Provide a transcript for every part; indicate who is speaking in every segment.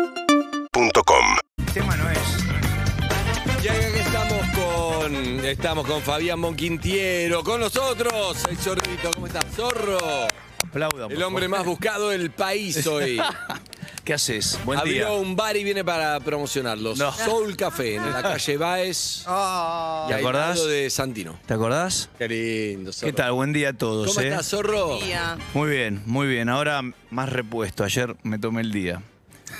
Speaker 1: UrbanaPlayFM.com
Speaker 2: tema no es.
Speaker 3: Y acá que estamos con. Estamos con Fabián Monquintiero, con nosotros, el zorrito. ¿Cómo estás, zorro?
Speaker 4: Aplaudan.
Speaker 3: El hombre más buscado del país hoy.
Speaker 4: ¿Qué haces? Buen
Speaker 3: Abrió
Speaker 4: día.
Speaker 3: un bar y viene para promocionarlos.
Speaker 4: No.
Speaker 3: Soul Café, en la calle Baez.
Speaker 4: ¿Te
Speaker 3: al
Speaker 4: acordás?
Speaker 3: lado de Santino.
Speaker 4: ¿Te acordás?
Speaker 3: Qué lindo, zorro.
Speaker 4: ¿Qué tal? Buen día a todos.
Speaker 3: ¿Cómo
Speaker 4: ¿eh?
Speaker 3: estás, zorro?
Speaker 4: Muy bien, muy bien. Ahora más repuesto. Ayer me tomé el día.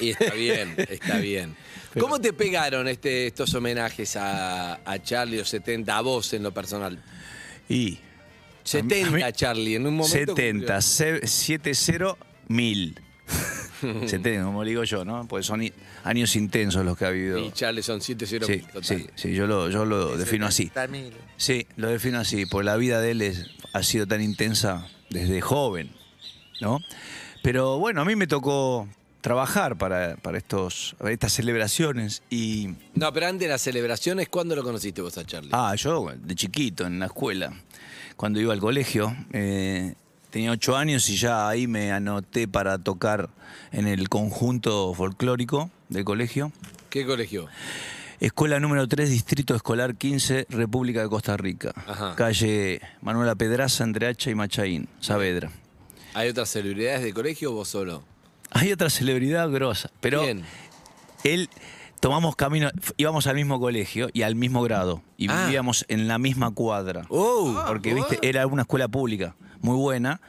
Speaker 3: Y está bien, está bien.
Speaker 4: Pero-
Speaker 3: ¿Cómo te pegaron este, estos homenajes a, a Charlie o 70, a vos en lo personal?
Speaker 4: Y
Speaker 3: 70,
Speaker 4: mí-
Speaker 3: Charlie, en un momento.
Speaker 4: 70, 70, 1000. 70, como digo yo, ¿no? Pues son i- años intensos los que ha
Speaker 3: cumplió.
Speaker 4: habido.
Speaker 3: Y Charlie son 7-0
Speaker 4: sí,
Speaker 3: total.
Speaker 4: sí, sí, yo lo, yo lo defino así. Sí, lo defino así, porque la vida de él es- ha sido tan intensa desde joven, ¿no? Pero bueno, a mí me tocó trabajar para, para estos, para estas celebraciones y...
Speaker 3: No, pero antes de las celebraciones, ¿cuándo lo conociste vos a Charlie?
Speaker 4: Ah, yo de chiquito, en la escuela, cuando iba al colegio, eh, tenía ocho años y ya ahí me anoté para tocar en el conjunto folclórico del colegio.
Speaker 3: ¿Qué colegio?
Speaker 4: Escuela número 3, Distrito Escolar 15, República de Costa Rica.
Speaker 3: Ajá.
Speaker 4: Calle Manuela Pedraza, entre Hacha y Machaín, Saavedra.
Speaker 3: ¿Hay otras celebridades de colegio o vos solo?
Speaker 4: Hay otra celebridad grosa, pero
Speaker 3: Bien.
Speaker 4: él tomamos camino, f- íbamos al mismo colegio y al mismo grado y
Speaker 3: Ah.
Speaker 4: vivíamos en la misma cuadra.
Speaker 3: Oh.
Speaker 4: uh, porque viste, era una escuela pública muy buena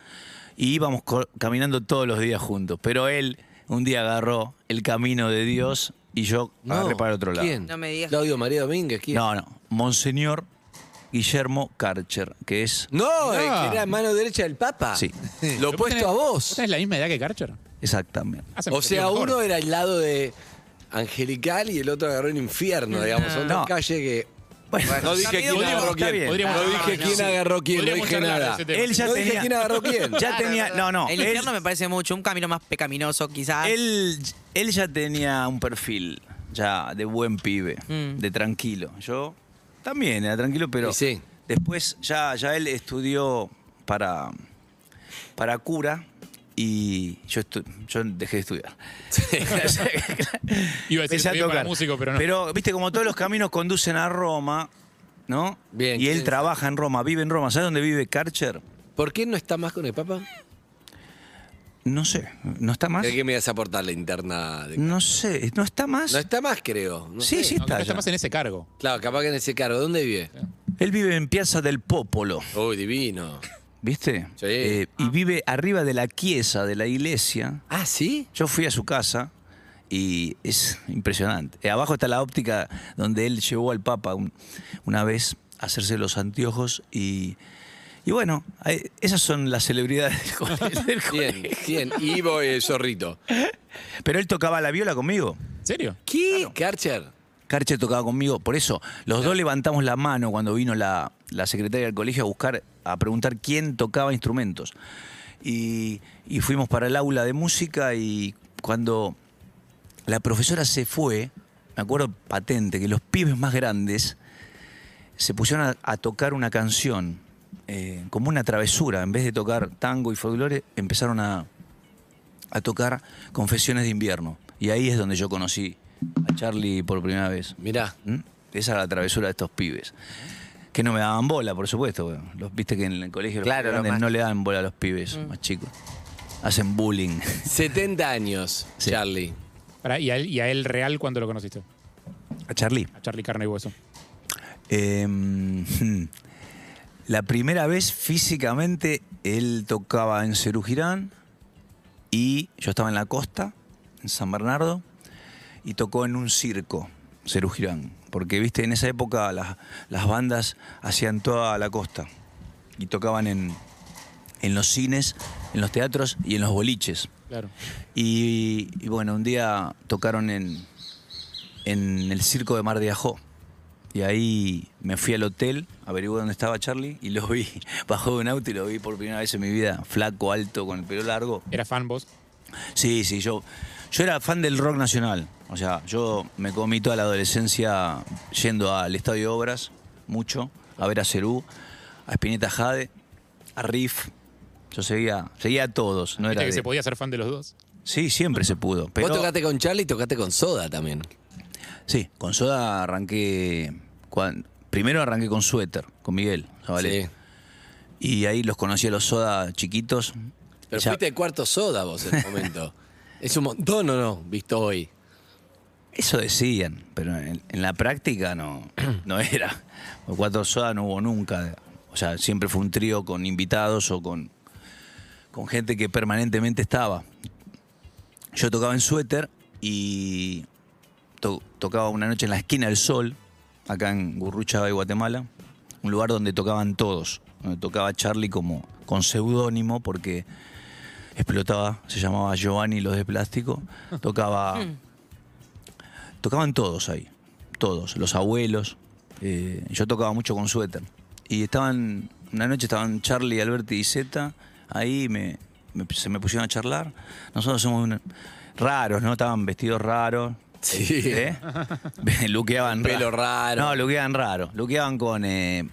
Speaker 4: y íbamos co- caminando todos los días juntos, pero él un día agarró el camino de Dios y yo agarré para el otro lado.
Speaker 3: ¿Quién?
Speaker 5: No me digas.
Speaker 3: Claudio María Domínguez, ¿quién?
Speaker 4: No, no, Monseñor Guillermo Karcher, que es
Speaker 3: No, eh, que era mano derecha del Papa.
Speaker 4: Sí.
Speaker 3: Lo opuesto a vos.
Speaker 6: ¿Esta es la misma edad que Karcher?
Speaker 4: exactamente.
Speaker 6: Ah, se me
Speaker 3: O sea,
Speaker 6: mejor.
Speaker 3: uno era el lado de Angelical y el otro agarró el infierno, digamos. Son
Speaker 4: No.
Speaker 3: dos calles que.
Speaker 4: Bueno,
Speaker 3: No dije quién
Speaker 6: podríamos-
Speaker 3: agarró
Speaker 4: está
Speaker 3: quién.
Speaker 4: bien.
Speaker 6: Podríamos-
Speaker 3: No dije
Speaker 6: no,
Speaker 3: quién
Speaker 6: sí.
Speaker 3: agarró quién, no
Speaker 6: Podríamos
Speaker 3: dije
Speaker 6: charlar de
Speaker 3: nada.
Speaker 6: ese tema.
Speaker 4: Ah, él ya
Speaker 3: no dije
Speaker 4: tenía
Speaker 3: quién agarró quién.
Speaker 4: Ya tenía, no, no,
Speaker 5: El
Speaker 4: él-
Speaker 5: infierno me parece mucho, un camino más pecaminoso quizás.
Speaker 4: Él, él ya tenía un perfil ya de buen pibe,
Speaker 5: Mm.
Speaker 4: de tranquilo. Yo también era tranquilo, pero
Speaker 3: Y sí.
Speaker 4: después ya, ya él estudió para, para cura y yo, estu- yo dejé de estudiar.
Speaker 6: Iba a decir,
Speaker 4: Empecé a
Speaker 6: estudié para
Speaker 4: tocar.
Speaker 6: músico, pero no.
Speaker 4: viste, como todos los caminos conducen a Roma, ¿no?
Speaker 3: Bien,
Speaker 4: y él
Speaker 3: sí.
Speaker 4: trabaja en Roma, vive en Roma. ¿Sabes dónde vive Karcher?
Speaker 3: ¿Por qué no está más con el Papa?
Speaker 4: No sé, ¿no está más?
Speaker 3: ¿Qué que me ibas a aportar la interna? de-
Speaker 4: No sé, ¿no está más?
Speaker 3: No está más, creo. No
Speaker 4: sí,
Speaker 3: sé.
Speaker 4: sí
Speaker 6: No,
Speaker 4: está.
Speaker 6: capaz está
Speaker 4: ya.
Speaker 6: más en ese cargo.
Speaker 3: Claro, capaz que en ese cargo. ¿Dónde vive?
Speaker 4: Él vive en Piazza del Popolo,
Speaker 3: Uy, divino.
Speaker 4: ¿viste? Eh,
Speaker 3: Sí.
Speaker 6: Ah.
Speaker 4: y vive arriba de la chiesa, de la iglesia.
Speaker 3: ¿Ah, sí?
Speaker 4: Yo fui a su casa y es impresionante. Eh, abajo está la óptica donde él llevó al Papa un- una vez a hacerse los anteojos y. Y bueno, ahí- esas son las celebridades del cole- del
Speaker 3: Bien,
Speaker 4: colegio.
Speaker 3: bien. Ivo el zorrito.
Speaker 4: Pero él tocaba la viola conmigo.
Speaker 6: ¿En serio?
Speaker 3: ¿Qué? Karcher.
Speaker 4: Carche tocaba conmigo, por eso los dos levantamos la mano cuando vino la, la secretaria del colegio a buscar, a preguntar quién tocaba instrumentos. Y, y fuimos para el aula de música y cuando la profesora se fue, me acuerdo patente que los pibes más grandes se pusieron a, a tocar una canción, eh, como una travesura, en vez de tocar tango y folclore, empezaron a, a tocar Confesiones de invierno. Y ahí es donde yo conocí a Charlie por primera vez.
Speaker 3: Mirá.
Speaker 4: ¿Mm? Esa era la travesura de estos pibes. Que no me daban bola, por supuesto. bueno. Los viste que en el colegio los
Speaker 5: Claro,
Speaker 4: grandes
Speaker 5: lo más- Mm.
Speaker 4: no le dan bola a los pibes más chicos. Hacen bullying.
Speaker 3: 70 años,
Speaker 4: Sí.
Speaker 3: Charlie.
Speaker 6: Pará, ¿y, a él, ¿Y a él real cuándo lo conociste?
Speaker 4: A Charlie.
Speaker 6: A Charlie Carne y Hueso.
Speaker 4: Eh, hmm. la primera vez físicamente él tocaba en Cerú Girán y yo estaba en la costa, en San Bernardo, y tocó en un circo, Cerú Girán. Porque, viste, en esa época las, las bandas hacían toda la costa y tocaban en, en los cines, en los teatros y en los boliches.
Speaker 6: Claro.
Speaker 4: Y, y bueno, un día tocaron en, en el circo de Mar de Ajó. Y ahí me fui al hotel, averigué dónde estaba Charlie y lo vi. Bajó de un auto y lo vi por primera vez en mi vida. Flaco, alto, con el pelo largo.
Speaker 6: ¿Era fan vos?
Speaker 4: Sí, sí, yo, yo era fan del rock nacional. O sea, yo me comí toda la adolescencia yendo al Estadio Obras, mucho, a ver a Cerú, a Spinetta Jade, a Riff. Yo seguía, seguía a todos. No
Speaker 6: ¿Viste
Speaker 4: era
Speaker 6: que
Speaker 4: de-
Speaker 6: se podía ser fan de los dos?
Speaker 4: Sí, siempre se pudo. Pero,
Speaker 3: Vos tocaste con Charlie y tocaste con Soda también.
Speaker 4: Sí, con Soda arranqué. cuan- primero arranqué con Suéter, con Miguel Zabaleta.
Speaker 3: Sí.
Speaker 4: Y ahí los conocí a los Soda chiquitos.
Speaker 3: Pero
Speaker 4: Ya-
Speaker 3: fuiste el cuarto Soda vos en el momento. es un montón o no, visto hoy.
Speaker 4: Eso decían, pero en, en la práctica no, no era. Porque Cuatro Soda no hubo nunca. O sea, siempre fue un trío con invitados o con, con gente que permanentemente estaba. Yo tocaba en suéter y to- tocaba una noche en la esquina del sol, acá en Gurruchava y Guatemala, un lugar donde tocaban todos. Donde tocaba Charlie como con seudónimo porque explotaba, se llamaba Giovanni los de plástico. Tocaba. Tocaban todos ahí, todos, los abuelos. eh, yo tocaba mucho con suéter. Y estaban, una noche estaban Charlie, Alberti y Zeta, ahí me, me- se me pusieron a charlar. Nosotros somos una- raros, ¿no? Estaban vestidos raros.
Speaker 3: Sí.
Speaker 4: ¿eh? luqueaban
Speaker 3: Pelo raro.
Speaker 4: No, luqueaban raro. Luqueaban con eh,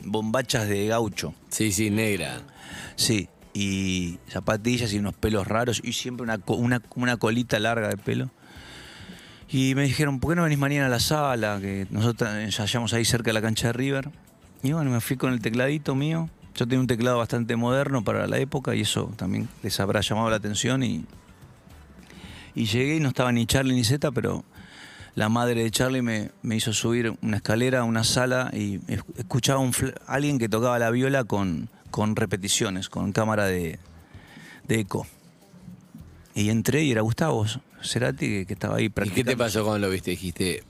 Speaker 4: bombachas de gaucho.
Speaker 3: Sí, sí, negra.
Speaker 4: Sí, y zapatillas y unos pelos raros y siempre una, co- una, una colita larga de pelo. Y me dijeron, ¿por qué no venís mañana a la sala? Que nosotros ensayamos ahí cerca de la cancha de River. Y bueno, me fui con el tecladito mío. Yo tenía un teclado bastante moderno para la época y eso también les habrá llamado la atención. Y, y llegué y no estaba ni Charlie ni Zeta, pero la madre de Charlie me, me hizo subir una escalera a una sala y es- escuchaba un fl- alguien que tocaba la viola con, con repeticiones, con cámara de, de eco. Y entré y era Gustavo Cerati que, que estaba ahí
Speaker 3: ¿Y qué
Speaker 4: practicando.
Speaker 3: te pasó cuando lo viste? Dijiste,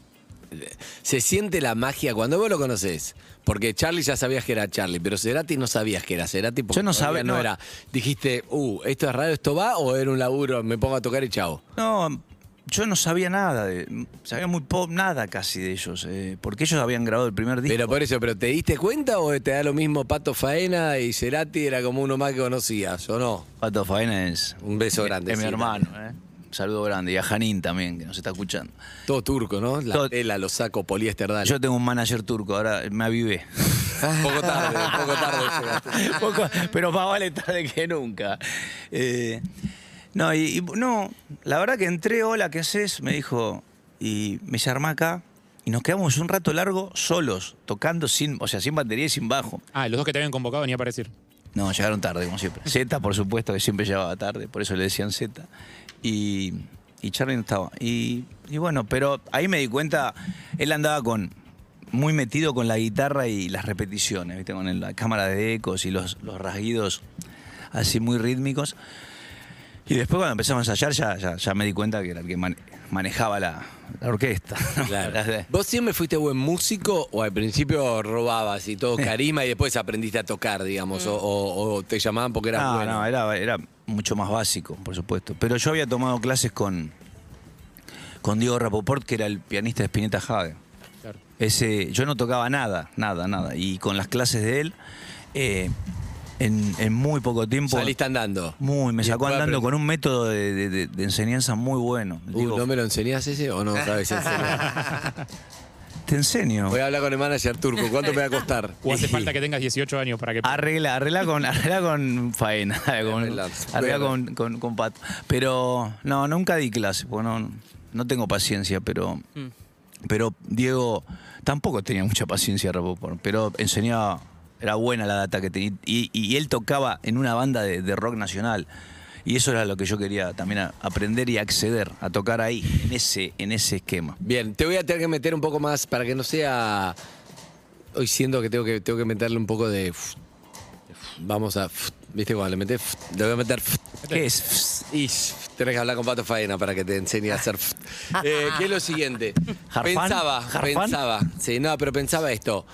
Speaker 3: se siente la magia cuando vos lo conoces. Porque Charlie ya sabías que era Charlie, pero Cerati no sabías que era Cerati porque
Speaker 4: Yo no
Speaker 3: todavía
Speaker 4: sabía,
Speaker 3: no,
Speaker 4: no.
Speaker 3: era. Dijiste, uh, esto es raro, esto va o era un laburo, me pongo a tocar y chao.
Speaker 4: No, yo no sabía nada, de, sabía muy poco, nada casi de ellos, eh, porque ellos habían grabado el primer disco.
Speaker 3: Pero por eso, pero ¿te diste cuenta o te da lo mismo Pato Faena y Cerati era como uno más que conocías o no?
Speaker 4: Pato Faena es,
Speaker 3: Un beso grande.
Speaker 4: es mi
Speaker 3: sí,
Speaker 4: hermano, eh. un saludo grande, y a Janín también, que nos está escuchando.
Speaker 3: Todo turco, ¿no? La
Speaker 4: Todo-
Speaker 3: tela, los sacos, poliéster, dale.
Speaker 4: Yo tengo un manager turco, ahora me avivé.
Speaker 3: Poco tarde, poco tarde llegaste.
Speaker 4: Poco- pero más vale tarde que nunca. Eh, no, y, y no, la verdad que entré, hola, ¿qué haces? Me dijo, y me dice, "Armá acá. Y nos quedamos un rato largo solos, tocando sin, o sea, sin batería y sin bajo.
Speaker 6: Ah, los dos que te habían convocado ni a aparecer.
Speaker 4: No, llegaron tarde, como siempre. Z, por supuesto, que siempre llegaba tarde, por eso le decían Z. Y, y Charlie no estaba. Y, y bueno, pero ahí me di cuenta, él andaba con muy metido con la guitarra y las repeticiones, ¿viste? con el- la cámara de ecos y los, los rasguidos así muy rítmicos. Y después cuando empezamos a ensayar ya, ya, ya me di cuenta que era el que mane- manejaba la, la orquesta. ¿no? Las
Speaker 3: Claro.
Speaker 4: de-
Speaker 3: ¿Vos siempre fuiste buen músico o al principio robabas y todo carisma y después aprendiste a tocar, digamos? O, o- o te llamaban porque eras
Speaker 4: no,
Speaker 3: bueno.
Speaker 4: no, era, era mucho más básico, por supuesto. Pero yo había tomado clases con, con Diego Rapoport, que era el pianista de Spinetta Jade.
Speaker 6: Claro.
Speaker 4: Ese, yo no tocaba nada, nada, nada. Y con las clases de él, eh, en, en muy poco tiempo.
Speaker 3: Saliste andando.
Speaker 4: Muy, me
Speaker 3: Y
Speaker 4: sacó
Speaker 3: después
Speaker 4: andando
Speaker 3: aprendí.
Speaker 4: con un método de, de- de- de enseñanza muy bueno.
Speaker 3: Uh,
Speaker 4: Digo,
Speaker 3: ¿No me lo enseñás ese o no sabes enseñar?
Speaker 4: Te enseño.
Speaker 3: Voy a hablar con el manager turco. ¿Cuánto me va a costar?
Speaker 6: O hace
Speaker 4: Sí.
Speaker 6: falta que tengas 18 años para que.
Speaker 3: Ah,
Speaker 4: Arregla, arregla con, arregla con faena, con,
Speaker 3: Arregla.
Speaker 4: arregla con, con- con pato. Pero no, nunca di clase, porque no, no tengo paciencia, pero, pero Diego tampoco tenía mucha paciencia, Rapoport, pero enseñaba, era buena la data que tenía, y, y él tocaba en una banda de, de rock nacional. Y eso era lo que yo quería también a- aprender y acceder, a tocar ahí, en ese, en ese esquema.
Speaker 3: Bien, te voy a tener que meter un poco más para que no sea. Hoy siento que tengo que, tengo que meterle un poco de. Vamos a. ¿Viste cuando le metes? Le voy a meter.
Speaker 4: ¿Qué es?
Speaker 3: Y tenés que hablar con Pato Faena para que te enseñe a hacer. Eh, ¿Qué es lo siguiente?
Speaker 4: ¿Jarfán?
Speaker 3: Pensaba,
Speaker 4: ¿Jarfán?
Speaker 3: pensaba. Sí, no, pero pensaba esto.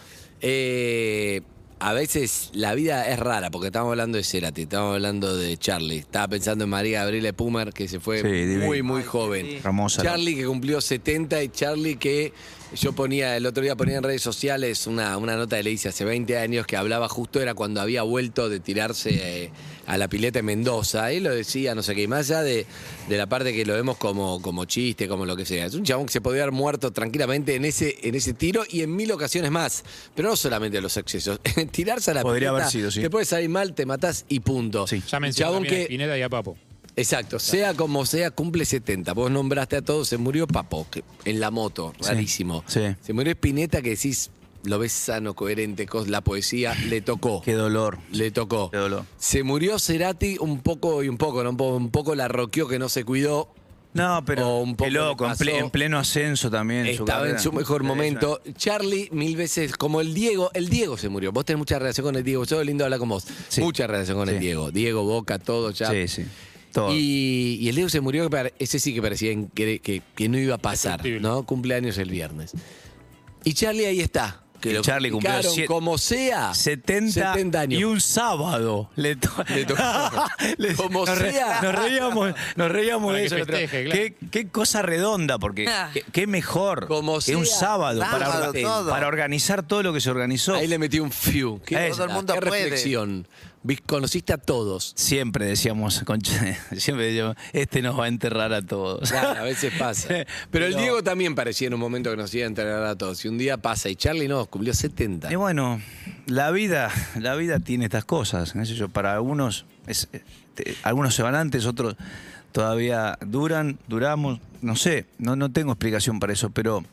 Speaker 3: Eh, a veces la vida es rara, porque estamos hablando de Cerati, estamos hablando de Charlie. Estaba pensando en María Gabriela Pumer, que se fue
Speaker 4: Sí, divino.
Speaker 3: muy, muy joven.
Speaker 4: Hermosa.
Speaker 3: Charlie que cumplió 70 y Charlie que yo ponía, el otro día ponía en redes sociales una, una nota que le hice hace 20 años que hablaba justo era cuando había vuelto de tirarse eh, a la pileta en Mendoza. Él lo decía, no sé qué, y más allá de, de la parte que lo vemos como, como chiste, como lo que sea. Es un chabón que se podía haber muerto tranquilamente en ese, en ese tiro y en mil ocasiones más. Pero no solamente los excesos. tirarse a la
Speaker 4: Podría
Speaker 3: pileta
Speaker 4: haber sido, sí.
Speaker 3: te puede salir mal, te matás y punto.
Speaker 4: Sí.
Speaker 6: Ya
Speaker 3: Un
Speaker 6: mencioné
Speaker 3: chabón
Speaker 6: también a
Speaker 3: que
Speaker 6: Spinetta y a Papo.
Speaker 3: Exacto, sea como sea, cumple 70. Vos nombraste a todos, se murió Papo, que- en la moto,
Speaker 4: Sí,
Speaker 3: rarísimo.
Speaker 4: sí.
Speaker 3: Se murió Spinetta, que decís, lo ves sano, coherente, cos- la poesía le tocó.
Speaker 4: Qué dolor.
Speaker 3: Le tocó.
Speaker 4: Qué dolor.
Speaker 3: Se murió Cerati un poco y un poco, ¿no? Un po- un poco la roqueó que no se cuidó.
Speaker 4: No, pero
Speaker 3: O un poco
Speaker 4: qué loco,
Speaker 3: le
Speaker 4: en, ple-
Speaker 3: pasó.
Speaker 4: en pleno ascenso también.
Speaker 3: Estaba en
Speaker 4: carrera.
Speaker 3: su mejor
Speaker 4: Sí,
Speaker 3: momento. Charlie, mil veces, como el Diego, el Diego se murió. Vos tenés mucha relación con el Diego. Yo lindo hablar con vos.
Speaker 4: Sí.
Speaker 3: Mucha relación con el
Speaker 4: Sí.
Speaker 3: Diego. Diego, Boca, todo, ya.
Speaker 4: Sí, sí. Todo.
Speaker 3: Y, y el Diego se murió, que pare- ese sí que parecía en- que, que- que no iba a pasar,
Speaker 6: Imposible.
Speaker 3: ¿no? Cumpleaños el viernes. Y Charlie ahí está. Que
Speaker 4: Y
Speaker 3: lo
Speaker 4: Charlie cumplió
Speaker 3: criticaron
Speaker 4: siete-
Speaker 3: como sea,
Speaker 4: 70,
Speaker 3: 70 ah, años.
Speaker 4: y un sábado. Le to-
Speaker 3: Le tocó.
Speaker 4: Le-
Speaker 3: Como
Speaker 4: nos re-
Speaker 3: sea.
Speaker 4: nos reíamos, nos reíamos
Speaker 6: Para
Speaker 4: de
Speaker 6: que
Speaker 4: eso. el otro-
Speaker 6: festeje, claro.
Speaker 4: qué, qué cosa redonda, porque
Speaker 5: Ah.
Speaker 4: qué, qué mejor
Speaker 3: Como
Speaker 4: que un
Speaker 3: sea,
Speaker 4: sábado, para,
Speaker 7: sábado, todo.
Speaker 4: para organizar todo lo que se organizó.
Speaker 3: Ahí le metí un few. Qué,
Speaker 4: Ahí
Speaker 3: onda,
Speaker 7: todo el mundo
Speaker 3: qué
Speaker 7: puede.
Speaker 3: reflexión. Vi- Conociste a todos.
Speaker 4: Siempre decíamos, concha, siempre decíamos, este nos va a enterrar a todos.
Speaker 3: Claro, a veces pasa. Pero, el Diego también parecía en un momento que nos iba a entregar a todos. Y un día pasa. Y Charlie no, cumplió 70.
Speaker 4: Y bueno, la vida, la vida tiene estas cosas. qué sé yo, Para algunos, es- eh, te- algunos se van antes, otros todavía duran, duramos. No sé, no, no tengo explicación para eso, pero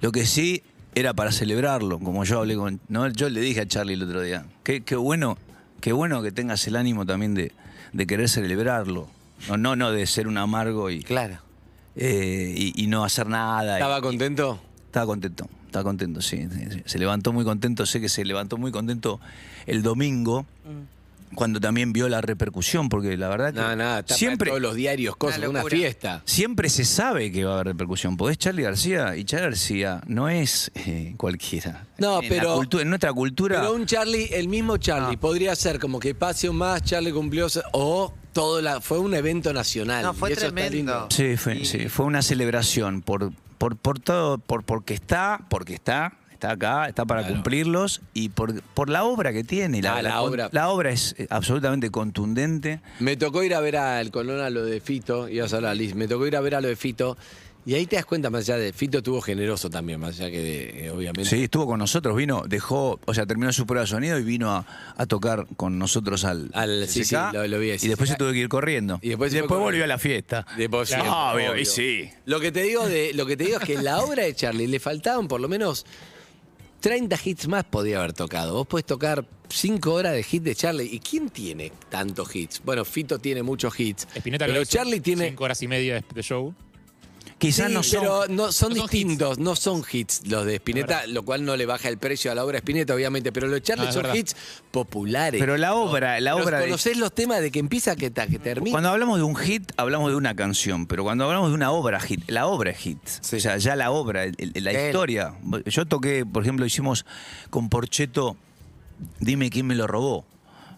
Speaker 4: lo que sí era para celebrarlo, como yo hablé con. ¿no? Yo le dije a Charlie el otro día, qué, qué bueno, qué bueno que tengas el ánimo también de, de querer celebrarlo. No, no, no de ser un amargo y,
Speaker 7: Claro.
Speaker 4: eh, y, y no hacer nada. y-
Speaker 3: ¿Estaba contento?
Speaker 4: estaba contento, estaba contento, sí, sí, sí. Se levantó muy contento, sé que se levantó muy contento el domingo,
Speaker 3: Mm.
Speaker 4: cuando también vio la repercusión, porque la verdad que
Speaker 3: Nada, nada. tapa
Speaker 4: siempre,
Speaker 3: Todos los diarios, cosas,
Speaker 5: Una
Speaker 3: una
Speaker 5: locura.
Speaker 3: fiesta.
Speaker 4: siempre se sabe que va a haber repercusión, porque es Charlie García, y Charlie García no es eh, cualquiera.
Speaker 3: No,
Speaker 4: En la
Speaker 3: pero-
Speaker 4: cultu- en nuestra cultura...
Speaker 3: Pero un Charlie, el mismo Charlie, podría ser como que pase un más, Charlie cumplió. se- O todo la, fue un evento nacional.
Speaker 7: No, fue
Speaker 3: y eso está
Speaker 7: tremendo.
Speaker 3: lindo.
Speaker 4: Sí, fue, sí, fue una celebración por, por, por todo, por, porque está, porque está, está acá, está para cumplirlos y por, por la obra que tiene.
Speaker 3: Ah, la obra.
Speaker 4: la obra es eh, absolutamente contundente.
Speaker 3: Me tocó ir a ver al Colón a lo de Fito, ibas a hablar, Liz, me tocó ir a ver a lo de Fito. Y ahí te das cuenta, más allá de Fito estuvo generoso también, más allá que de- eh, obviamente.
Speaker 4: Sí, estuvo con nosotros, vino, dejó, o sea, terminó su prueba de sonido y vino a, a tocar con nosotros al,
Speaker 3: Al- sí,
Speaker 4: CCK,
Speaker 3: sí, lo- lo vi,
Speaker 4: Y
Speaker 3: sí,
Speaker 4: después
Speaker 3: sí.
Speaker 4: yo tuve que ir corriendo.
Speaker 3: Y después se fue
Speaker 4: volvió
Speaker 3: corriendo.
Speaker 4: a la fiesta.
Speaker 3: De por sí,
Speaker 4: Ah,
Speaker 3: obvio.
Speaker 4: obvio, y sí.
Speaker 3: Lo que te digo de, lo que te digo es que en la obra de Charlie le faltaban por lo menos 30 hits más podía haber tocado. Vos podés tocar 5 horas de hits de Charlie. ¿Y quién tiene tantos hits? Bueno, Fito tiene muchos hits.
Speaker 6: Espineta
Speaker 3: pero Charlie tiene.
Speaker 6: Cinco horas y media de- de show.
Speaker 4: Quizás
Speaker 3: Sí,
Speaker 4: no son.
Speaker 3: pero no, son
Speaker 6: no son
Speaker 3: distintos, no son hits los de Spinetta, lo cual no le baja el precio a la obra de Spinetta, obviamente, pero los de Charlie
Speaker 6: No, es
Speaker 3: son
Speaker 6: verdad.
Speaker 3: hits populares.
Speaker 4: Pero la obra, la
Speaker 3: Pero
Speaker 4: obra de
Speaker 3: conocés los temas de que empieza que, ta- que termina.
Speaker 4: Cuando hablamos de un hit, hablamos de una canción, pero cuando hablamos de una obra hit, la obra es hit. O sea, ya la obra, el- el- la
Speaker 7: Él.
Speaker 4: historia. Yo toqué, por ejemplo, hicimos con Porcheto, Dime quién me lo robó.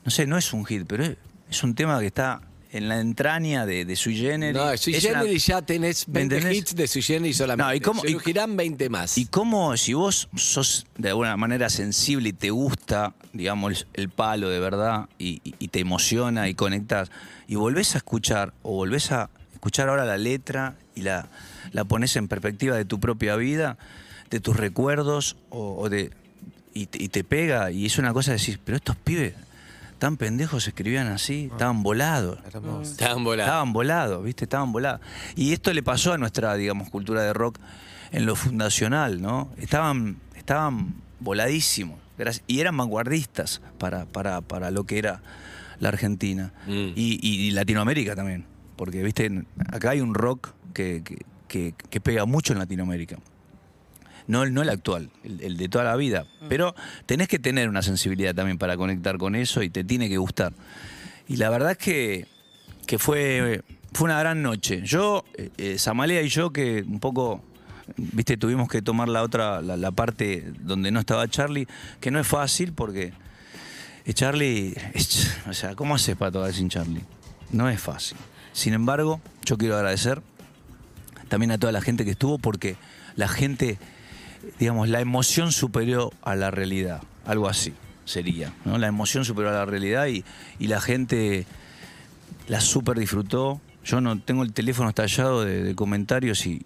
Speaker 4: No sé, no es un hit, pero es, es un tema que está en la entraña de, de sui generis.
Speaker 3: No, Sui
Speaker 4: Es una-
Speaker 3: Generis ya tenés
Speaker 4: ¿Me
Speaker 3: 20
Speaker 4: entendés?
Speaker 3: hits de Sui Generis solamente.
Speaker 4: No, ¿y cómo- y-
Speaker 3: Surgirán 20 más.
Speaker 4: Y cómo, si vos sos de alguna manera sensible y te gusta, digamos, el, el palo de verdad, y, y- y te emociona y conectas, y volvés a escuchar, o volvés a escuchar ahora la letra y la, la pones en perspectiva de tu propia vida, de tus recuerdos, o, o de. Y, te- y te pega, y es una cosa de decir, pero estos pibes tan pendejos escribían así, estaban volados.
Speaker 3: Estaban volados.
Speaker 4: Estaban volados, ¿viste? Estaban volados. Y esto le pasó a nuestra, digamos, cultura de rock en lo fundacional, ¿no? Estaban, estaban voladísimos. Gracias- Y eran vanguardistas para, para, para lo que era la Argentina.
Speaker 3: Mm.
Speaker 4: Y, y- y Latinoamérica también. Porque, ¿viste? Acá hay un rock que, que- que- que pega mucho en Latinoamérica. No, el- no el actual, el, el de toda la vida. Pero tenés que tener una sensibilidad también para conectar con eso y te tiene que gustar. Y la verdad es que, que fue, fue una gran noche. Yo, eh, eh, Samalea y yo, que un poco, viste, tuvimos que tomar la otra, la, la parte donde no estaba Charlie, que no es fácil porque eh, Charlie, es- o sea, ¿cómo haces para tocar sin Charlie? No es fácil. Sin embargo, yo quiero agradecer también a toda la gente que estuvo porque la gente, digamos, la emoción superó a la realidad, algo así sería, ¿no? La emoción superó a la realidad y, y la gente la super disfrutó. Yo no tengo el teléfono estallado de, de comentarios y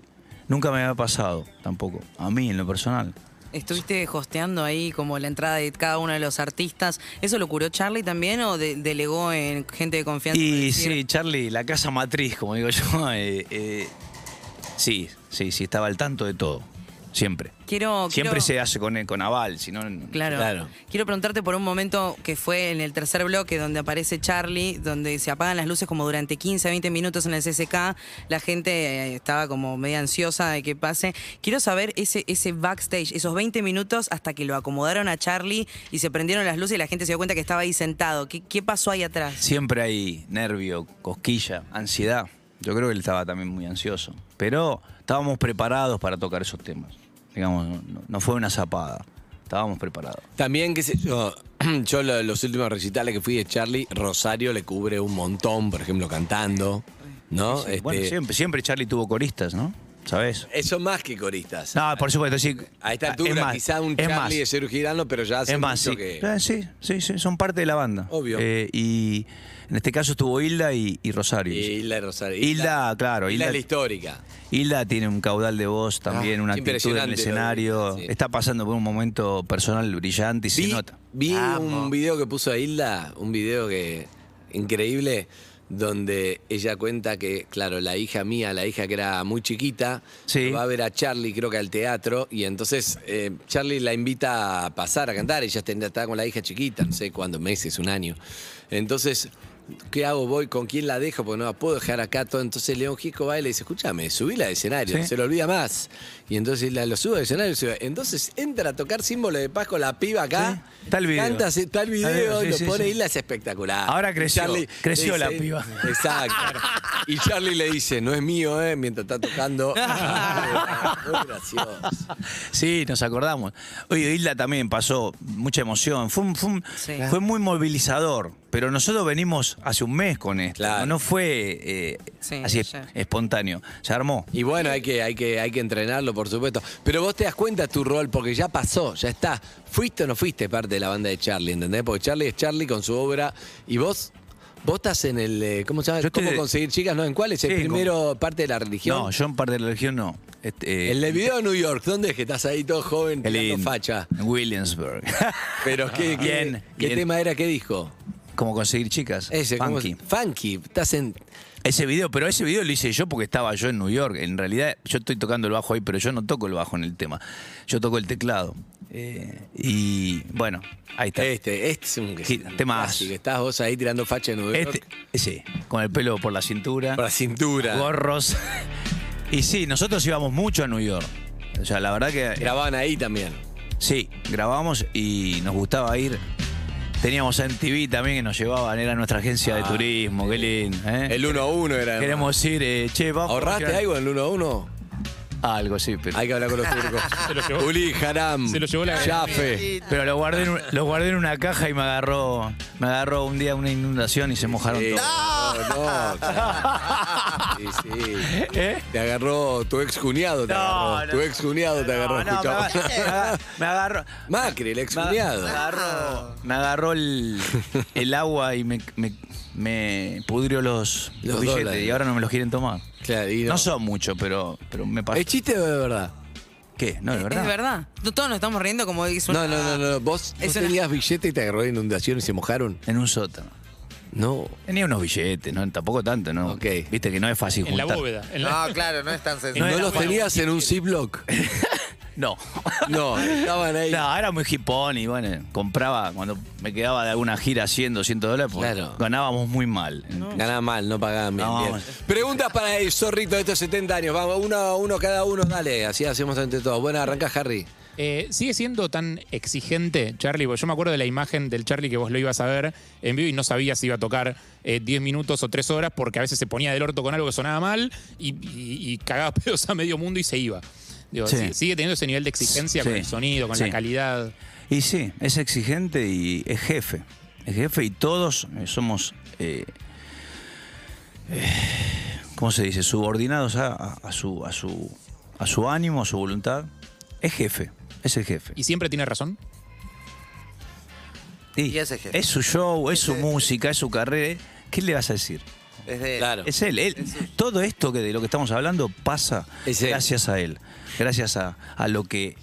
Speaker 4: nunca me había pasado tampoco, a mí en lo personal.
Speaker 5: Estuviste hosteando ahí como la entrada de cada uno de los artistas. ¿Eso lo curó Charlie también o de- delegó en gente de confianza?
Speaker 4: Y
Speaker 5: Es decir,
Speaker 4: sí, Charlie, la casa matriz, como digo yo, eh, eh, sí, sí, sí, estaba al tanto de todo, siempre.
Speaker 5: Quiero,
Speaker 4: Siempre
Speaker 5: quiero-
Speaker 4: se hace con, con aval, si no...
Speaker 5: Claro.
Speaker 3: Claro.
Speaker 5: Quiero preguntarte por un momento que fue en el tercer bloque donde aparece Charlie, donde se apagan las luces como durante 15, 20 minutos en el CCK. La gente eh, estaba como media ansiosa de que pase. Quiero saber ese, ese backstage, esos 20 minutos hasta que lo acomodaron a Charlie y se prendieron las luces y la gente se dio cuenta que estaba ahí sentado. ¿Qué, qué pasó ahí atrás?
Speaker 4: Siempre hay nervio, cosquilla, ansiedad. Yo creo que él estaba también muy ansioso. Pero estábamos preparados para tocar esos temas. Digamos, no, no fue una zapada. Estábamos preparados.
Speaker 3: También, qué sé yo, yo lo- los últimos recitales que fui de Charlie, Rosario le cubre un montón, por ejemplo, cantando, ¿no?
Speaker 4: Sí, bueno,
Speaker 3: Este,
Speaker 4: siempre, siempre Charlie tuvo coristas, ¿no? ¿Sabés?
Speaker 3: Eso más que coristas.
Speaker 4: No, por supuesto, sí. Ah,
Speaker 3: A esta
Speaker 4: Es
Speaker 3: altura,
Speaker 4: más,
Speaker 3: quizá un
Speaker 4: es
Speaker 3: Charlie
Speaker 4: más.
Speaker 3: de Sergio Girano, pero ya hace
Speaker 4: Es más,
Speaker 3: mucho
Speaker 4: sí.
Speaker 3: que.
Speaker 4: Eh, sí, sí, sí, son parte de la banda.
Speaker 3: Obvio.
Speaker 4: Eh, y en este caso estuvo Hilda y, y Rosario.
Speaker 3: Y Hilda Rosario.
Speaker 4: Hilda, claro, Hilda-
Speaker 3: Hilda es la histórica.
Speaker 4: Hilda tiene un caudal de voz también,
Speaker 3: Ah,
Speaker 4: una
Speaker 3: qué
Speaker 4: actitud en el
Speaker 3: impresionante lo de
Speaker 4: escenario.
Speaker 3: Hilda, sí.
Speaker 4: Está pasando por un momento personal brillante y se
Speaker 3: Vi,
Speaker 4: nota.
Speaker 3: vi
Speaker 5: Amo.
Speaker 3: un video que puso a Hilda, un video que increíble, donde ella cuenta que, claro, la hija mía, la hija que era muy chiquita,
Speaker 4: Sí.
Speaker 3: va a ver a Charlie, creo que al teatro, y entonces eh, Charlie la invita a pasar a cantar, ella ten- estaba con la hija chiquita, no sé cuántos meses, un año. Entonces... ¿Qué hago? ¿Voy? ¿Con quién la dejo? Porque no la puedo dejar acá todo. Entonces León Gisco va y le dice, escúchame, subíla al escenario,
Speaker 4: Sí.
Speaker 3: no se lo olvida más. Y entonces la, lo sube al escenario. sube. Entonces entra a tocar símbolo de paz con la piba acá.
Speaker 4: Sí, está el video.
Speaker 3: Canta, se- está el video,
Speaker 4: Está el video, sí,
Speaker 3: lo
Speaker 4: sí,
Speaker 3: pone
Speaker 4: sí.
Speaker 3: Isla, es espectacular.
Speaker 4: Ahora
Speaker 3: Y
Speaker 4: creció, creció la piba.
Speaker 3: Exacto. y Charlie le dice, no es mío, ¿eh? Mientras está tocando. Muy gracioso.
Speaker 4: Sí, nos acordamos. Oye, Hilda también pasó mucha emoción. Fue, un- fue un-
Speaker 5: Sí.
Speaker 4: fue muy movilizador, pero nosotros venimos hace un mes con esto.
Speaker 3: Claro.
Speaker 4: No fue eh,
Speaker 5: Sí,
Speaker 4: así es-
Speaker 5: ya.
Speaker 4: espontáneo. Se armó.
Speaker 3: Y bueno, hay que, hay, que, hay que entrenarlo, por supuesto. Pero vos te das cuenta tu rol, porque ya pasó, ya está. Fuiste o no fuiste parte de la banda de Charlie, ¿entendés? Porque Charlie es Charlie con su obra. Y vos, vos estás en el, eh, ¿cómo se llama?
Speaker 4: Yo estoy
Speaker 3: ¿Cómo
Speaker 4: de-
Speaker 3: conseguir chicas? ¿No? ¿En cuál es? ¿El
Speaker 4: Sí, con-
Speaker 3: primero parte de la religión?
Speaker 4: No, yo en parte de la religión no. Este, eh,
Speaker 3: El del video de New York, ¿dónde es que estás ahí todo joven
Speaker 4: el
Speaker 3: tirando
Speaker 4: in-
Speaker 3: facha?
Speaker 4: en Williamsburg.
Speaker 3: Pero ¿qué, qué,
Speaker 4: Bien,
Speaker 3: qué
Speaker 4: bien.
Speaker 3: tema era? ¿Qué dijo?
Speaker 4: Como conseguir chicas.
Speaker 3: Ese, ¿cómo
Speaker 4: funky.
Speaker 3: es? Funky. Estás en...
Speaker 4: Ese video, pero ese video lo hice yo porque estaba yo en New York. En realidad, yo estoy tocando el bajo ahí, pero yo no toco el bajo en el tema. Yo toco el teclado. Eh, y bueno, ahí está.
Speaker 3: Este, este es un,
Speaker 4: Sí,
Speaker 3: un
Speaker 4: temazo.
Speaker 3: clásico. Estás vos ahí tirando facha en New York.
Speaker 4: Este, sí, con el pelo por la cintura,
Speaker 3: Por la cintura.
Speaker 4: gorros. Y sí, nosotros íbamos mucho a New York. O sea, la verdad que
Speaker 3: Grababan ahí también.
Speaker 4: sí, grabamos y nos gustaba ir. Teníamos MTV también que nos llevaban, era nuestra agencia de
Speaker 3: Ah,
Speaker 4: turismo, qué lindo. ¿eh?
Speaker 3: El 1-1 era.
Speaker 4: Queremos ir, eh, che, vamos.
Speaker 3: ¿Ahorraste algo en el 1-1?
Speaker 4: Algo, sí, pero.
Speaker 3: Hay que hablar con los turcos.
Speaker 6: Se lo llevó.
Speaker 3: Juli, Haram,
Speaker 6: Se lo llevó la-
Speaker 3: Jaffe.
Speaker 4: Pero lo guardé, en, un- lo guardé en una caja y me agarró, me agarró un día una inundación y se mojaron
Speaker 3: Eh,
Speaker 4: todos.
Speaker 3: no, no, claro. Sí, sí.
Speaker 4: ¿Eh?
Speaker 3: Te agarró tu ex cuñado, te agarró. tu ex cuñado te agarró.
Speaker 4: No, eh. no, me,
Speaker 3: escuchá.
Speaker 4: agarró, me agarró.
Speaker 3: Macri, el ex
Speaker 4: Me agarró,
Speaker 3: cuñado.
Speaker 4: me agarró, me agarró el, el agua y me, me- me pudrió los, los
Speaker 3: Los
Speaker 4: billetes
Speaker 3: dólares.
Speaker 4: y ahora no me los quieren tomar.
Speaker 3: Claro, y
Speaker 4: No,
Speaker 3: no.
Speaker 4: son muchos, pero, pero me pasó.
Speaker 3: ¿Es chiste o de verdad?
Speaker 4: ¿Qué? No, es verdad.
Speaker 5: Es verdad. Todos nos estamos riendo como dice
Speaker 3: No,
Speaker 5: una-
Speaker 3: no, no, no. Vos, vos
Speaker 5: Es una-
Speaker 3: tenías billete y te agarró la inundación y se mojaron.
Speaker 4: En un sótano.
Speaker 3: No.
Speaker 4: Tenía unos billetes, no, tampoco tanto, ¿no?
Speaker 3: Ok.
Speaker 4: Viste que no es fácil
Speaker 6: En la
Speaker 4: juntar.
Speaker 6: bóveda. en la-
Speaker 7: No, claro, no es tan
Speaker 3: ¿No,
Speaker 7: sencillo.
Speaker 6: No era
Speaker 3: los
Speaker 6: bueno.
Speaker 3: tenías en un Ziploc?
Speaker 4: No.
Speaker 3: No, estaban ahí.
Speaker 4: No, era muy hipón y bueno, compraba cuando me quedaba de alguna gira 100, 200 dólares, pues,
Speaker 3: Claro.
Speaker 4: ganábamos muy mal.
Speaker 3: Ganaba mal, no pagaban bien.
Speaker 4: No,
Speaker 3: bien.
Speaker 4: vamos.
Speaker 3: Preguntas para el zorrito de estos 70 años. Vamos, uno a uno cada uno, dale. Así hacemos entre todos. Bueno, arranca Harry.
Speaker 6: Eh, ¿Sigue siendo tan exigente, Charlie? Porque yo me acuerdo de la imagen del Charlie que vos lo ibas a ver en vivo y no sabías si iba a tocar eh, 10 minutos o 3 horas porque a veces se ponía del orto con algo que sonaba mal y, y- y cagaba pedos a medio mundo y se iba. Digo,
Speaker 4: Sí.
Speaker 6: ¿sigue- ¿Sigue teniendo ese nivel de exigencia con
Speaker 4: Sí.
Speaker 6: el sonido, con
Speaker 4: Sí.
Speaker 6: la calidad?
Speaker 4: Y sí, es exigente y es jefe. Es jefe y todos eh, somos, eh, eh, ¿cómo se dice? Subordinados a, a- a su, a, su, a su ánimo, a su voluntad. Es jefe, es el jefe.
Speaker 6: ¿Y siempre tiene razón?
Speaker 7: y es el jefe.
Speaker 4: Es su show, es su
Speaker 7: Ese-
Speaker 4: música, es su carrera. ¿Qué le vas a decir?
Speaker 7: Es
Speaker 8: Eh,
Speaker 7: de-
Speaker 3: Claro.
Speaker 4: Es él, él. Todo esto que de lo que estamos hablando pasa
Speaker 3: Es él.
Speaker 4: gracias a él. Gracias a, a lo que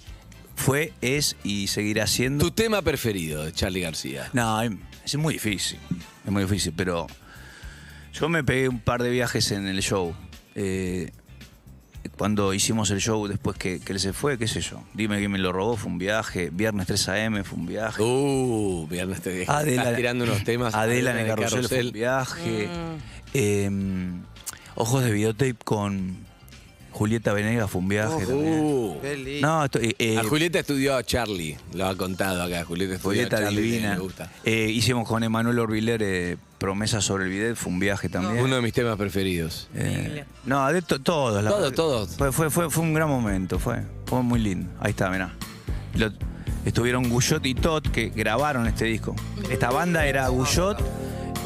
Speaker 4: fue, es y seguirá siendo.
Speaker 3: Tu tema preferido de Charlie García.
Speaker 4: No, es es muy difícil. Es muy difícil, pero yo me pegué un par de viajes en el show. Eh, cuando hicimos el show después que, que él se fue, qué sé yo. Dime quién me lo robó, fue un viaje. Viernes 3 AM fue un viaje.
Speaker 3: Uh, viernes te dije. Estás tirando unos temas.
Speaker 4: Adela en el carrusel, fue un viaje. Eh, Ojos de videotape con Julieta Venegas fue un viaje también.
Speaker 3: Uh.
Speaker 4: No, esto- eh, eh,
Speaker 3: A Julieta estudió a Charlie, lo ha contado acá. Julieta estudió a
Speaker 4: Julieta
Speaker 3: Charlie,
Speaker 4: Divina.
Speaker 3: Me gusta.
Speaker 4: Eh, hicimos con Emanuel Orbiler eh, Promesas sobre el bidet, fue un viaje también.
Speaker 3: Uno de mis temas preferidos.
Speaker 4: Eh, no, de to- todos. la
Speaker 3: Todos,
Speaker 4: verdad.
Speaker 3: todos.
Speaker 4: Fue, fue, fue, fue un gran momento, fue, fue muy lindo. Ahí está, mirá. Lo- estuvieron Guyot y Tot que grabaron este disco. Esta banda era Guyot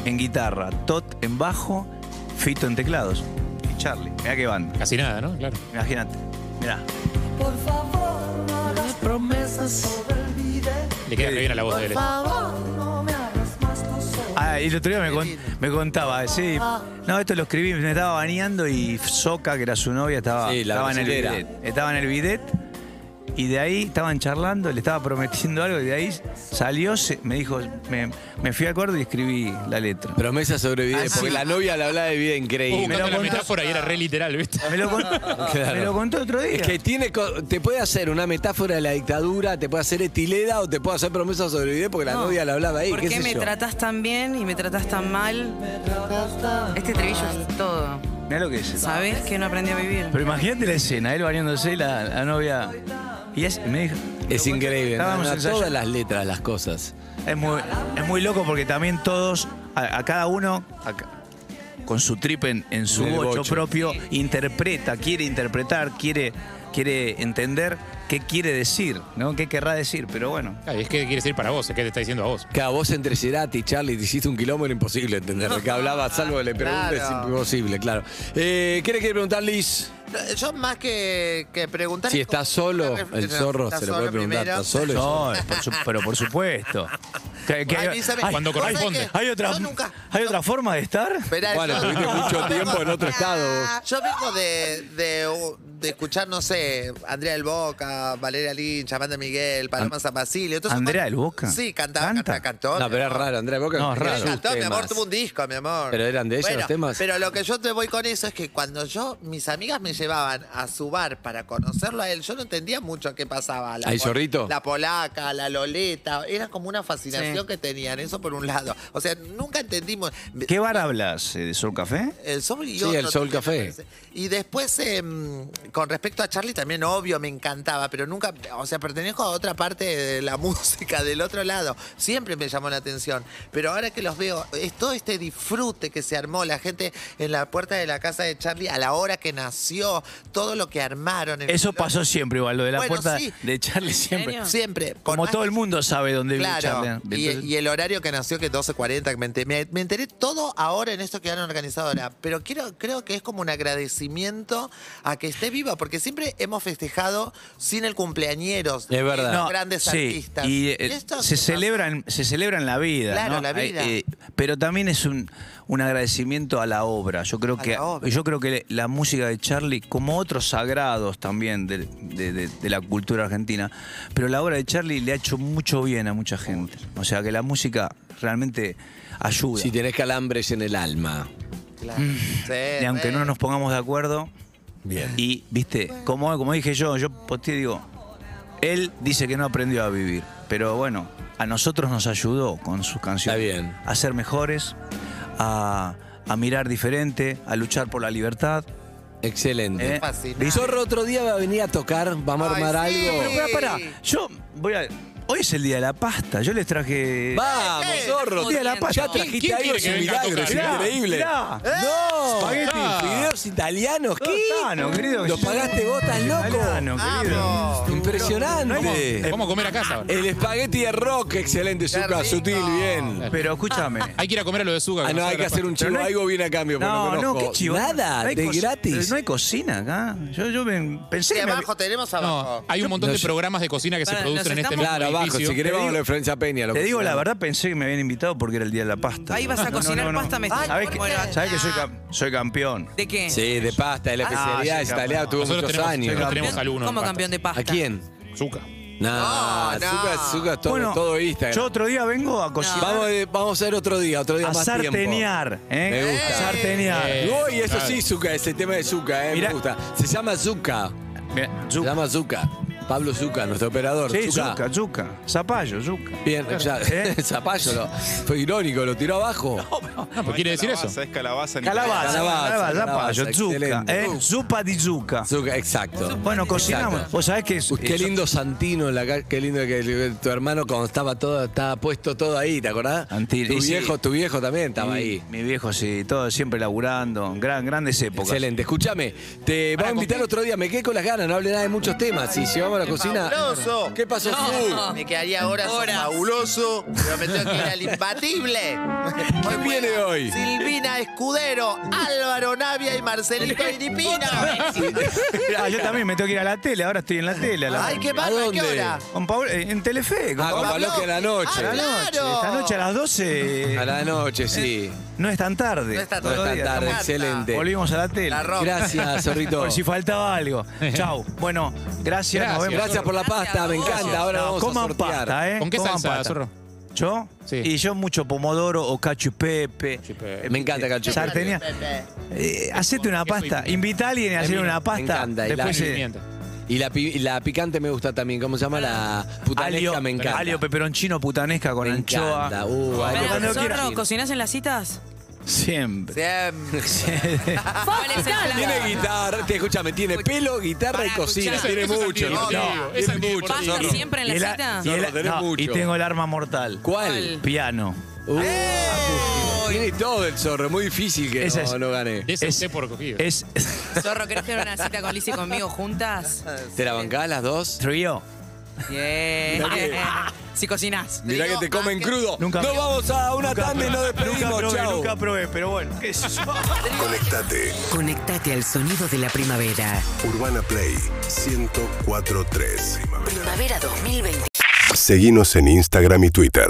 Speaker 4: en guitarra, Tot en bajo, Fito en teclados y Charlie. Mirá qué banda,
Speaker 6: Casi nada, ¿no? Claro.
Speaker 4: imagínate. Mirá.
Speaker 7: Por favor, no hagas promesas sobre el bidet.
Speaker 6: Le queda re bien a la voz de
Speaker 7: Por
Speaker 6: él. Oh,
Speaker 7: favor, no me hagas más cosas.
Speaker 4: Ah, y el otro día me, con- me contaba, sí, no, esto lo escribí, me estaba bañando y Soca, que era su novia, estaba,
Speaker 3: Sí, la
Speaker 4: estaba en el
Speaker 3: brasilera.
Speaker 4: bidet. Estaba en el bidet y de ahí estaban charlando, le estaba prometiendo algo y de ahí salió, se- me dijo, me, me fui a acuerdo y escribí la letra.
Speaker 3: Promesa sobre vida,
Speaker 4: Ah, sí. Oh,
Speaker 3: porque la novia le hablaba de vida
Speaker 6: Uh,
Speaker 4: me
Speaker 3: increíble.
Speaker 4: lo
Speaker 6: buscando la
Speaker 4: contó-
Speaker 6: metáfora y era re literal, ¿viste?
Speaker 4: Me lo, contó, me lo contó otro día.
Speaker 3: Es que tiene, co- te puede hacer una metáfora de la dictadura, te puede hacer estileda o te puede hacer promesa sobre vida porque la
Speaker 5: No.
Speaker 3: novia le hablaba ahí.
Speaker 5: ¿Por
Speaker 3: qué
Speaker 5: qué
Speaker 3: sé
Speaker 5: me
Speaker 3: yo.
Speaker 5: tratás tan bien y me tratás tan mal? Este trevillo es todo.
Speaker 4: Mirá lo que es.
Speaker 5: ¿Sabés que no aprendí a vivir?
Speaker 4: Pero imagínate la escena, él bañándose y la, la novia. Y es, me dijo,
Speaker 3: Es increíble,
Speaker 4: Estábamos
Speaker 3: ¿no?
Speaker 4: ensayando.
Speaker 3: todas las letras, las cosas.
Speaker 4: Es muy, es muy loco porque también todos, a, a cada uno, a ca- con su trip en, en su
Speaker 3: En el
Speaker 4: bocho,
Speaker 3: bocho.
Speaker 4: propio, interpreta, quiere interpretar, quiere, quiere entender qué quiere decir, ¿no? ¿Qué querrá decir? Pero bueno.
Speaker 6: Ay, es que quiere decir para vos, es que te está diciendo a vos.
Speaker 3: Cada vos entre Cerati y Charlie te hiciste un kilómetro imposible entender. Lo que hablaba, salvo que le preguntes,
Speaker 8: Claro.
Speaker 3: es imposible, claro. Eh, ¿Qué le quiere preguntar, Liz?
Speaker 8: Yo más que, que preguntar...
Speaker 3: Si
Speaker 8: es como-
Speaker 3: está solo, el
Speaker 8: Está
Speaker 3: zorro se le
Speaker 8: solo
Speaker 3: puede preguntar.
Speaker 8: primero.
Speaker 3: ¿Está solo? el zorro?
Speaker 4: No, eh, por su- pero por supuesto. Que- que
Speaker 8: Ay,
Speaker 4: hay,
Speaker 8: Elizabeth,
Speaker 4: hay-
Speaker 6: Cuando
Speaker 8: ¿vos sabés
Speaker 6: corresponde.
Speaker 8: que
Speaker 4: hay otra,
Speaker 8: yo nunca-
Speaker 4: ¿Hay
Speaker 8: yo-
Speaker 4: otra forma de estar?
Speaker 8: Esperá,
Speaker 3: Bueno,
Speaker 8: yo-
Speaker 3: tuviste mucho
Speaker 8: yo
Speaker 3: tiempo en otro estado, vos.
Speaker 8: Yo vengo de, de, de escuchar, no sé, Andrea del Boca, Valeria Lynch, Amanda Miguel, Paloma
Speaker 4: An-
Speaker 8: San Basilio. todos
Speaker 4: ¿Andrea
Speaker 8: esos-
Speaker 4: del Boca?
Speaker 8: Sí, cantaba,
Speaker 4: ¿Canta?
Speaker 8: cantaba, cantó.
Speaker 3: No, pero es raro, Andrea Boca.
Speaker 4: No, es
Speaker 8: Era
Speaker 3: tenía
Speaker 4: raro.
Speaker 3: sus
Speaker 8: cantó, mi amor,
Speaker 3: temas.
Speaker 8: tuvo un disco, mi amor.
Speaker 3: Pero eran de ella
Speaker 8: Bueno,
Speaker 3: los temas.
Speaker 8: Pero lo que yo te voy con eso es que cuando yo, mis amigas me llevaban a su bar para conocerlo a él, yo no entendía mucho qué pasaba. La
Speaker 3: ¿Al
Speaker 8: pol-
Speaker 3: zorrito?
Speaker 8: La polaca, la loleta. Era como una fascinación
Speaker 5: Sí.
Speaker 8: que tenían, eso por un lado. O sea, nunca entendimos.
Speaker 4: ¿Qué bar hablas? eh, ¿De Sol Café?
Speaker 8: El Soul y
Speaker 3: Sí,
Speaker 8: otro
Speaker 3: el Soul
Speaker 8: también,
Speaker 3: Café.
Speaker 8: me parece. Y después, eh, mm, con respecto a Charlie, también obvio me encantaba, pero nunca, o sea, pertenezco a otra parte de la música, del otro lado. Siempre me llamó la atención. Pero ahora que los veo, es todo este disfrute que se armó, la gente en la puerta de la casa de Charlie a la hora que nació, todo lo que armaron. en-
Speaker 4: Eso pasó siempre igual, lo de la
Speaker 8: Bueno,
Speaker 4: puerta
Speaker 8: sí.
Speaker 4: de Charlie siempre.
Speaker 5: serio?
Speaker 8: Siempre. Por
Speaker 4: Como
Speaker 8: más
Speaker 4: todo
Speaker 8: que-
Speaker 4: el mundo sabe dónde vive
Speaker 8: Claro,
Speaker 4: Charlie.
Speaker 8: y,
Speaker 4: Entonces-
Speaker 8: y el horario que nació, que 12.40, que me enteré, me, me enteré todo ahora en esto que han organizado ahora, pero quiero, creo que es como un agradecimiento a que esté viva, porque siempre hemos festejado sin el cumpleañeros,
Speaker 3: Es verdad.
Speaker 8: sin
Speaker 3: No,
Speaker 8: grandes
Speaker 4: sí,
Speaker 8: artistas.
Speaker 4: Y, eh,
Speaker 8: esto
Speaker 4: se
Speaker 8: pasa.
Speaker 4: celebran, se celebran la vida.
Speaker 8: Claro,
Speaker 4: ¿no? eh,
Speaker 8: la vida.
Speaker 4: pero también es un, un agradecimiento a la obra. Yo creo
Speaker 8: A
Speaker 4: que
Speaker 8: la obra.
Speaker 4: yo creo que la música de Charlie, como otros sagrados también de, de- de- de la cultura argentina, pero la obra de Charlie le ha hecho mucho bien a mucha gente. O sea que la música realmente ayuda.
Speaker 3: Si tenés calambres en el alma.
Speaker 8: Claro. Sí,
Speaker 4: y Mm. aunque
Speaker 8: sí.
Speaker 4: no nos pongamos de acuerdo,
Speaker 3: Bien.
Speaker 4: y viste, como, como dije yo, yo posteé, digo, él dice que no aprendió a vivir, pero bueno, a nosotros nos ayudó con sus canciones
Speaker 3: Está bien.
Speaker 4: a ser mejores, a, a mirar diferente, a luchar por la libertad.
Speaker 3: Excelente.
Speaker 4: ¿eh?
Speaker 8: fascinante.
Speaker 3: El Zorro otro día va a venir a tocar, vamos a
Speaker 8: Ay,
Speaker 3: armar
Speaker 8: sí.
Speaker 3: algo.
Speaker 4: Pero pará, pará, yo voy a. Hoy es el día de la pasta, yo les traje.
Speaker 3: Vamos,
Speaker 8: Eh,
Speaker 3: Zorro.
Speaker 4: Día de la pasta.
Speaker 3: Ya trajiste
Speaker 6: ¿Quién
Speaker 3: algo,
Speaker 6: quiere
Speaker 3: es
Speaker 6: que
Speaker 3: un
Speaker 6: venga a
Speaker 3: milagro, es
Speaker 6: tocar? Mirá,
Speaker 3: increíble.
Speaker 4: mirá.
Speaker 3: ¡No!
Speaker 4: Espagueti.
Speaker 3: Videos italianos, ¿qué?
Speaker 4: Tano, querido,
Speaker 3: ¿Los
Speaker 4: yo-
Speaker 3: pagaste vos, estás loco?
Speaker 4: Tano, querido.
Speaker 8: Vamos.
Speaker 3: Impresionante. Eh,
Speaker 6: ¿Cómo comer a casa? ahora?
Speaker 3: El espagueti de rock, excelente, Zuka,
Speaker 8: rico.
Speaker 3: sutil, bien.
Speaker 4: Pero escúchame.
Speaker 6: Hay que ir a comer a lo de Zuga.
Speaker 3: Ah, no, hay que hacer un
Speaker 4: Pero
Speaker 3: chivo,
Speaker 4: no hay-
Speaker 3: algo viene a cambio, pero
Speaker 4: No,
Speaker 3: no,
Speaker 4: no, qué
Speaker 3: conozco.
Speaker 4: chivo.
Speaker 3: Nada,
Speaker 4: No hay
Speaker 3: de
Speaker 4: cosi-
Speaker 3: gratis.
Speaker 4: No hay cocina acá. Yo, yo me- pensé
Speaker 8: Sí,
Speaker 4: que me había-
Speaker 8: abajo tenemos abajo.
Speaker 6: No, hay un montón
Speaker 3: No,
Speaker 6: de
Speaker 3: yo-
Speaker 6: programas de cocina que se
Speaker 5: Pará,
Speaker 6: producen
Speaker 5: nos
Speaker 6: en este
Speaker 5: estamos-
Speaker 6: mismo
Speaker 3: Claro, abajo,
Speaker 6: edificio.
Speaker 3: si querés vamos a lo de Florencia Peña. lo
Speaker 4: Te
Speaker 3: que
Speaker 4: digo
Speaker 3: sea.
Speaker 4: la verdad, pensé que me habían invitado porque era el día de la pasta.
Speaker 5: Ahí vas a cocinar pasta, me estás- Ah.
Speaker 4: ¿Sabés que,
Speaker 5: Bueno,
Speaker 4: sabés que soy, cam- soy campeón?
Speaker 5: ¿De qué?
Speaker 3: Sí, de pasta, es la
Speaker 4: Ah,
Speaker 3: especialidad,
Speaker 4: sí,
Speaker 3: es italiana,
Speaker 4: campeón.
Speaker 3: tuvo
Speaker 6: Nosotros
Speaker 3: muchos
Speaker 6: tenemos,
Speaker 3: años.
Speaker 6: nosotros tenemos alumnos.
Speaker 5: ¿Cómo campeón de pasta?
Speaker 3: ¿A quién?
Speaker 6: Zuca.
Speaker 3: No,
Speaker 8: No, no.
Speaker 3: Zucca, Zucca, todo,
Speaker 4: bueno,
Speaker 3: todo Instagram.
Speaker 4: yo otro día vengo a cocinar.
Speaker 3: Vamos, de- vamos a ver otro día, otro día
Speaker 4: a
Speaker 3: más tiempo.
Speaker 4: sartenear, ¿eh?
Speaker 3: Me gusta.
Speaker 4: Sartenear.
Speaker 6: Eh.
Speaker 3: Uy, eso
Speaker 6: Claro.
Speaker 3: sí, Zucca, ese tema de Zucca, eh,
Speaker 4: Mirá.
Speaker 3: me gusta. Se llama Zucca.
Speaker 4: Mira,
Speaker 3: Se
Speaker 4: yuca.
Speaker 3: llama Zucca. Pablo Zucca, nuestro operador.
Speaker 4: Sí,
Speaker 3: Zucca.
Speaker 4: yuca, yuca. Zapallo, yuca.
Speaker 3: Bien, ya,
Speaker 4: ¿Eh?
Speaker 3: Zapallo lo- fue irónico, lo tiró abajo.
Speaker 6: No, pues quiere decir eso.
Speaker 9: Es calabaza. ni-
Speaker 4: Calabaza,
Speaker 3: Calabaza,
Speaker 4: calabaza,
Speaker 3: calabaza,
Speaker 4: zapallo, yuca.
Speaker 3: excelente.
Speaker 4: ¿eh?
Speaker 3: Uh.
Speaker 4: Zupa di yuca.
Speaker 3: Zucca, exacto.
Speaker 4: Bueno, cocinamos.
Speaker 3: Exacto.
Speaker 4: Vos sabés que es.
Speaker 3: Uy, qué
Speaker 4: eso-
Speaker 3: lindo Santino, en la ca- qué lindo que que tu hermano cuando estaba todo, estaba puesto todo ahí, ¿te acordás?
Speaker 4: Antiguo,
Speaker 3: tu
Speaker 4: y sí.
Speaker 3: viejo, tu viejo también estaba
Speaker 4: mi,
Speaker 3: ahí.
Speaker 4: Mi viejo, sí, todo siempre laburando. Gran, grandes épocas.
Speaker 3: Excelente, escúchame, te voy a invitar otro día, me quedé con las ganas, no hablé nada de muchos temas. Si llevamos a la cocina.
Speaker 8: fabuloso.
Speaker 3: ¿Qué pasó?
Speaker 8: No, me quedaría horas,
Speaker 5: Horas.
Speaker 8: fabuloso, pero me tengo que ir al imbatible.
Speaker 3: ¿Quién viene
Speaker 8: juega
Speaker 3: hoy?
Speaker 8: Silvina Escudero, Álvaro Navia y Marcelito Iripina.
Speaker 4: Ah, yo también me tengo que ir a la tele, ahora estoy en la tele. a la-
Speaker 8: Ay, qué
Speaker 3: ¿A
Speaker 8: bárbaro,
Speaker 3: dónde?
Speaker 8: ¿qué hora?
Speaker 4: Con Paul, eh, en Telefe. Con
Speaker 3: Ah,
Speaker 4: Paul-
Speaker 3: con Pablo que a la noche.
Speaker 8: Ah,
Speaker 4: a la noche.
Speaker 8: claro.
Speaker 4: Esta noche a las 12.
Speaker 3: A la noche, sí.
Speaker 4: No es tan tarde.
Speaker 8: No es tan
Speaker 3: No es
Speaker 4: Otro
Speaker 3: tan
Speaker 4: día,
Speaker 3: tarde,
Speaker 8: encanta.
Speaker 3: excelente.
Speaker 4: Volvimos a la tele.
Speaker 8: La ropa.
Speaker 3: Gracias, Zorrito.
Speaker 4: Por si faltaba algo. Chau. Bueno, gracias.
Speaker 6: Gracias.
Speaker 4: Nos vemos.
Speaker 3: Gracias por la pasta, me encanta. Ahora
Speaker 4: No,
Speaker 3: vamos a
Speaker 4: coman
Speaker 3: sortear.
Speaker 4: pasta, ¿eh?
Speaker 6: ¿Con qué
Speaker 4: Coman
Speaker 6: salsa,
Speaker 4: pasta.
Speaker 6: zorro?
Speaker 4: ¿Yo?
Speaker 6: Sí.
Speaker 4: Y yo mucho pomodoro o cacho y pepe.
Speaker 6: pepe.
Speaker 3: Me encanta cacho y pepe.
Speaker 4: Sartenia. Eh, hacete una pasta. Invita a alguien a hacer una pasta.
Speaker 3: encanta, y la-
Speaker 4: Después, eh,
Speaker 6: Pimienta.
Speaker 3: Y la, pi- y la picante me gusta también. ¿Cómo se llama? La putanesca
Speaker 4: alio,
Speaker 3: me encanta.
Speaker 4: alio peperoncino putanesca con
Speaker 3: me
Speaker 4: anchoa.
Speaker 3: encanta. Uh, alio
Speaker 5: Pará,
Speaker 4: cuando
Speaker 5: Zorro,
Speaker 4: quieras.
Speaker 5: ¿cocinás en las citas?
Speaker 4: Siempre.
Speaker 8: Siempre.
Speaker 5: ¿Cuál es el plan?
Speaker 3: Tiene guitarra, te escúchame, tiene pelo, guitarra y
Speaker 5: Pará,
Speaker 3: cocina.
Speaker 5: escuchá.
Speaker 3: Tiene
Speaker 6: Eso es
Speaker 3: mucho.
Speaker 6: antiguo,
Speaker 3: ¿no?
Speaker 6: antiguo, es
Speaker 3: tiene
Speaker 6: antiguo,
Speaker 3: mucho.
Speaker 6: por
Speaker 5: ¿Pasta
Speaker 3: Zorro.
Speaker 5: siempre en
Speaker 4: Y
Speaker 5: la
Speaker 4: la-
Speaker 5: cita?
Speaker 4: y el-
Speaker 3: Zorro, tenés
Speaker 4: no, y
Speaker 3: mucho.
Speaker 4: tengo el arma mortal.
Speaker 3: ¿Cuál?
Speaker 4: Piano.
Speaker 3: Uh, tiene todo el zorro, muy difícil que
Speaker 4: Esa
Speaker 3: no,
Speaker 4: es-
Speaker 3: no gané.
Speaker 6: De ese
Speaker 4: Es-
Speaker 6: usted por cogido.
Speaker 4: Es
Speaker 5: Zorro, ¿querés tener una cita con Liz y conmigo juntas?
Speaker 3: ¿Te la bancás las dos?
Speaker 4: trío.
Speaker 5: Bien. Si cocinás.
Speaker 3: Mirá que te comen crudo.
Speaker 4: Nunca-
Speaker 3: Nos vamos a una tanda y nos
Speaker 4: Nunca
Speaker 3: despedimos.
Speaker 4: probé,
Speaker 3: Chau.
Speaker 4: nunca probé, pero bueno, qué sé yo.
Speaker 1: Conectate.
Speaker 10: Conectate al sonido de la primavera.
Speaker 1: Urbana Play 1043.
Speaker 11: Primavera 2020.
Speaker 1: Seguinos en Instagram y Twitter.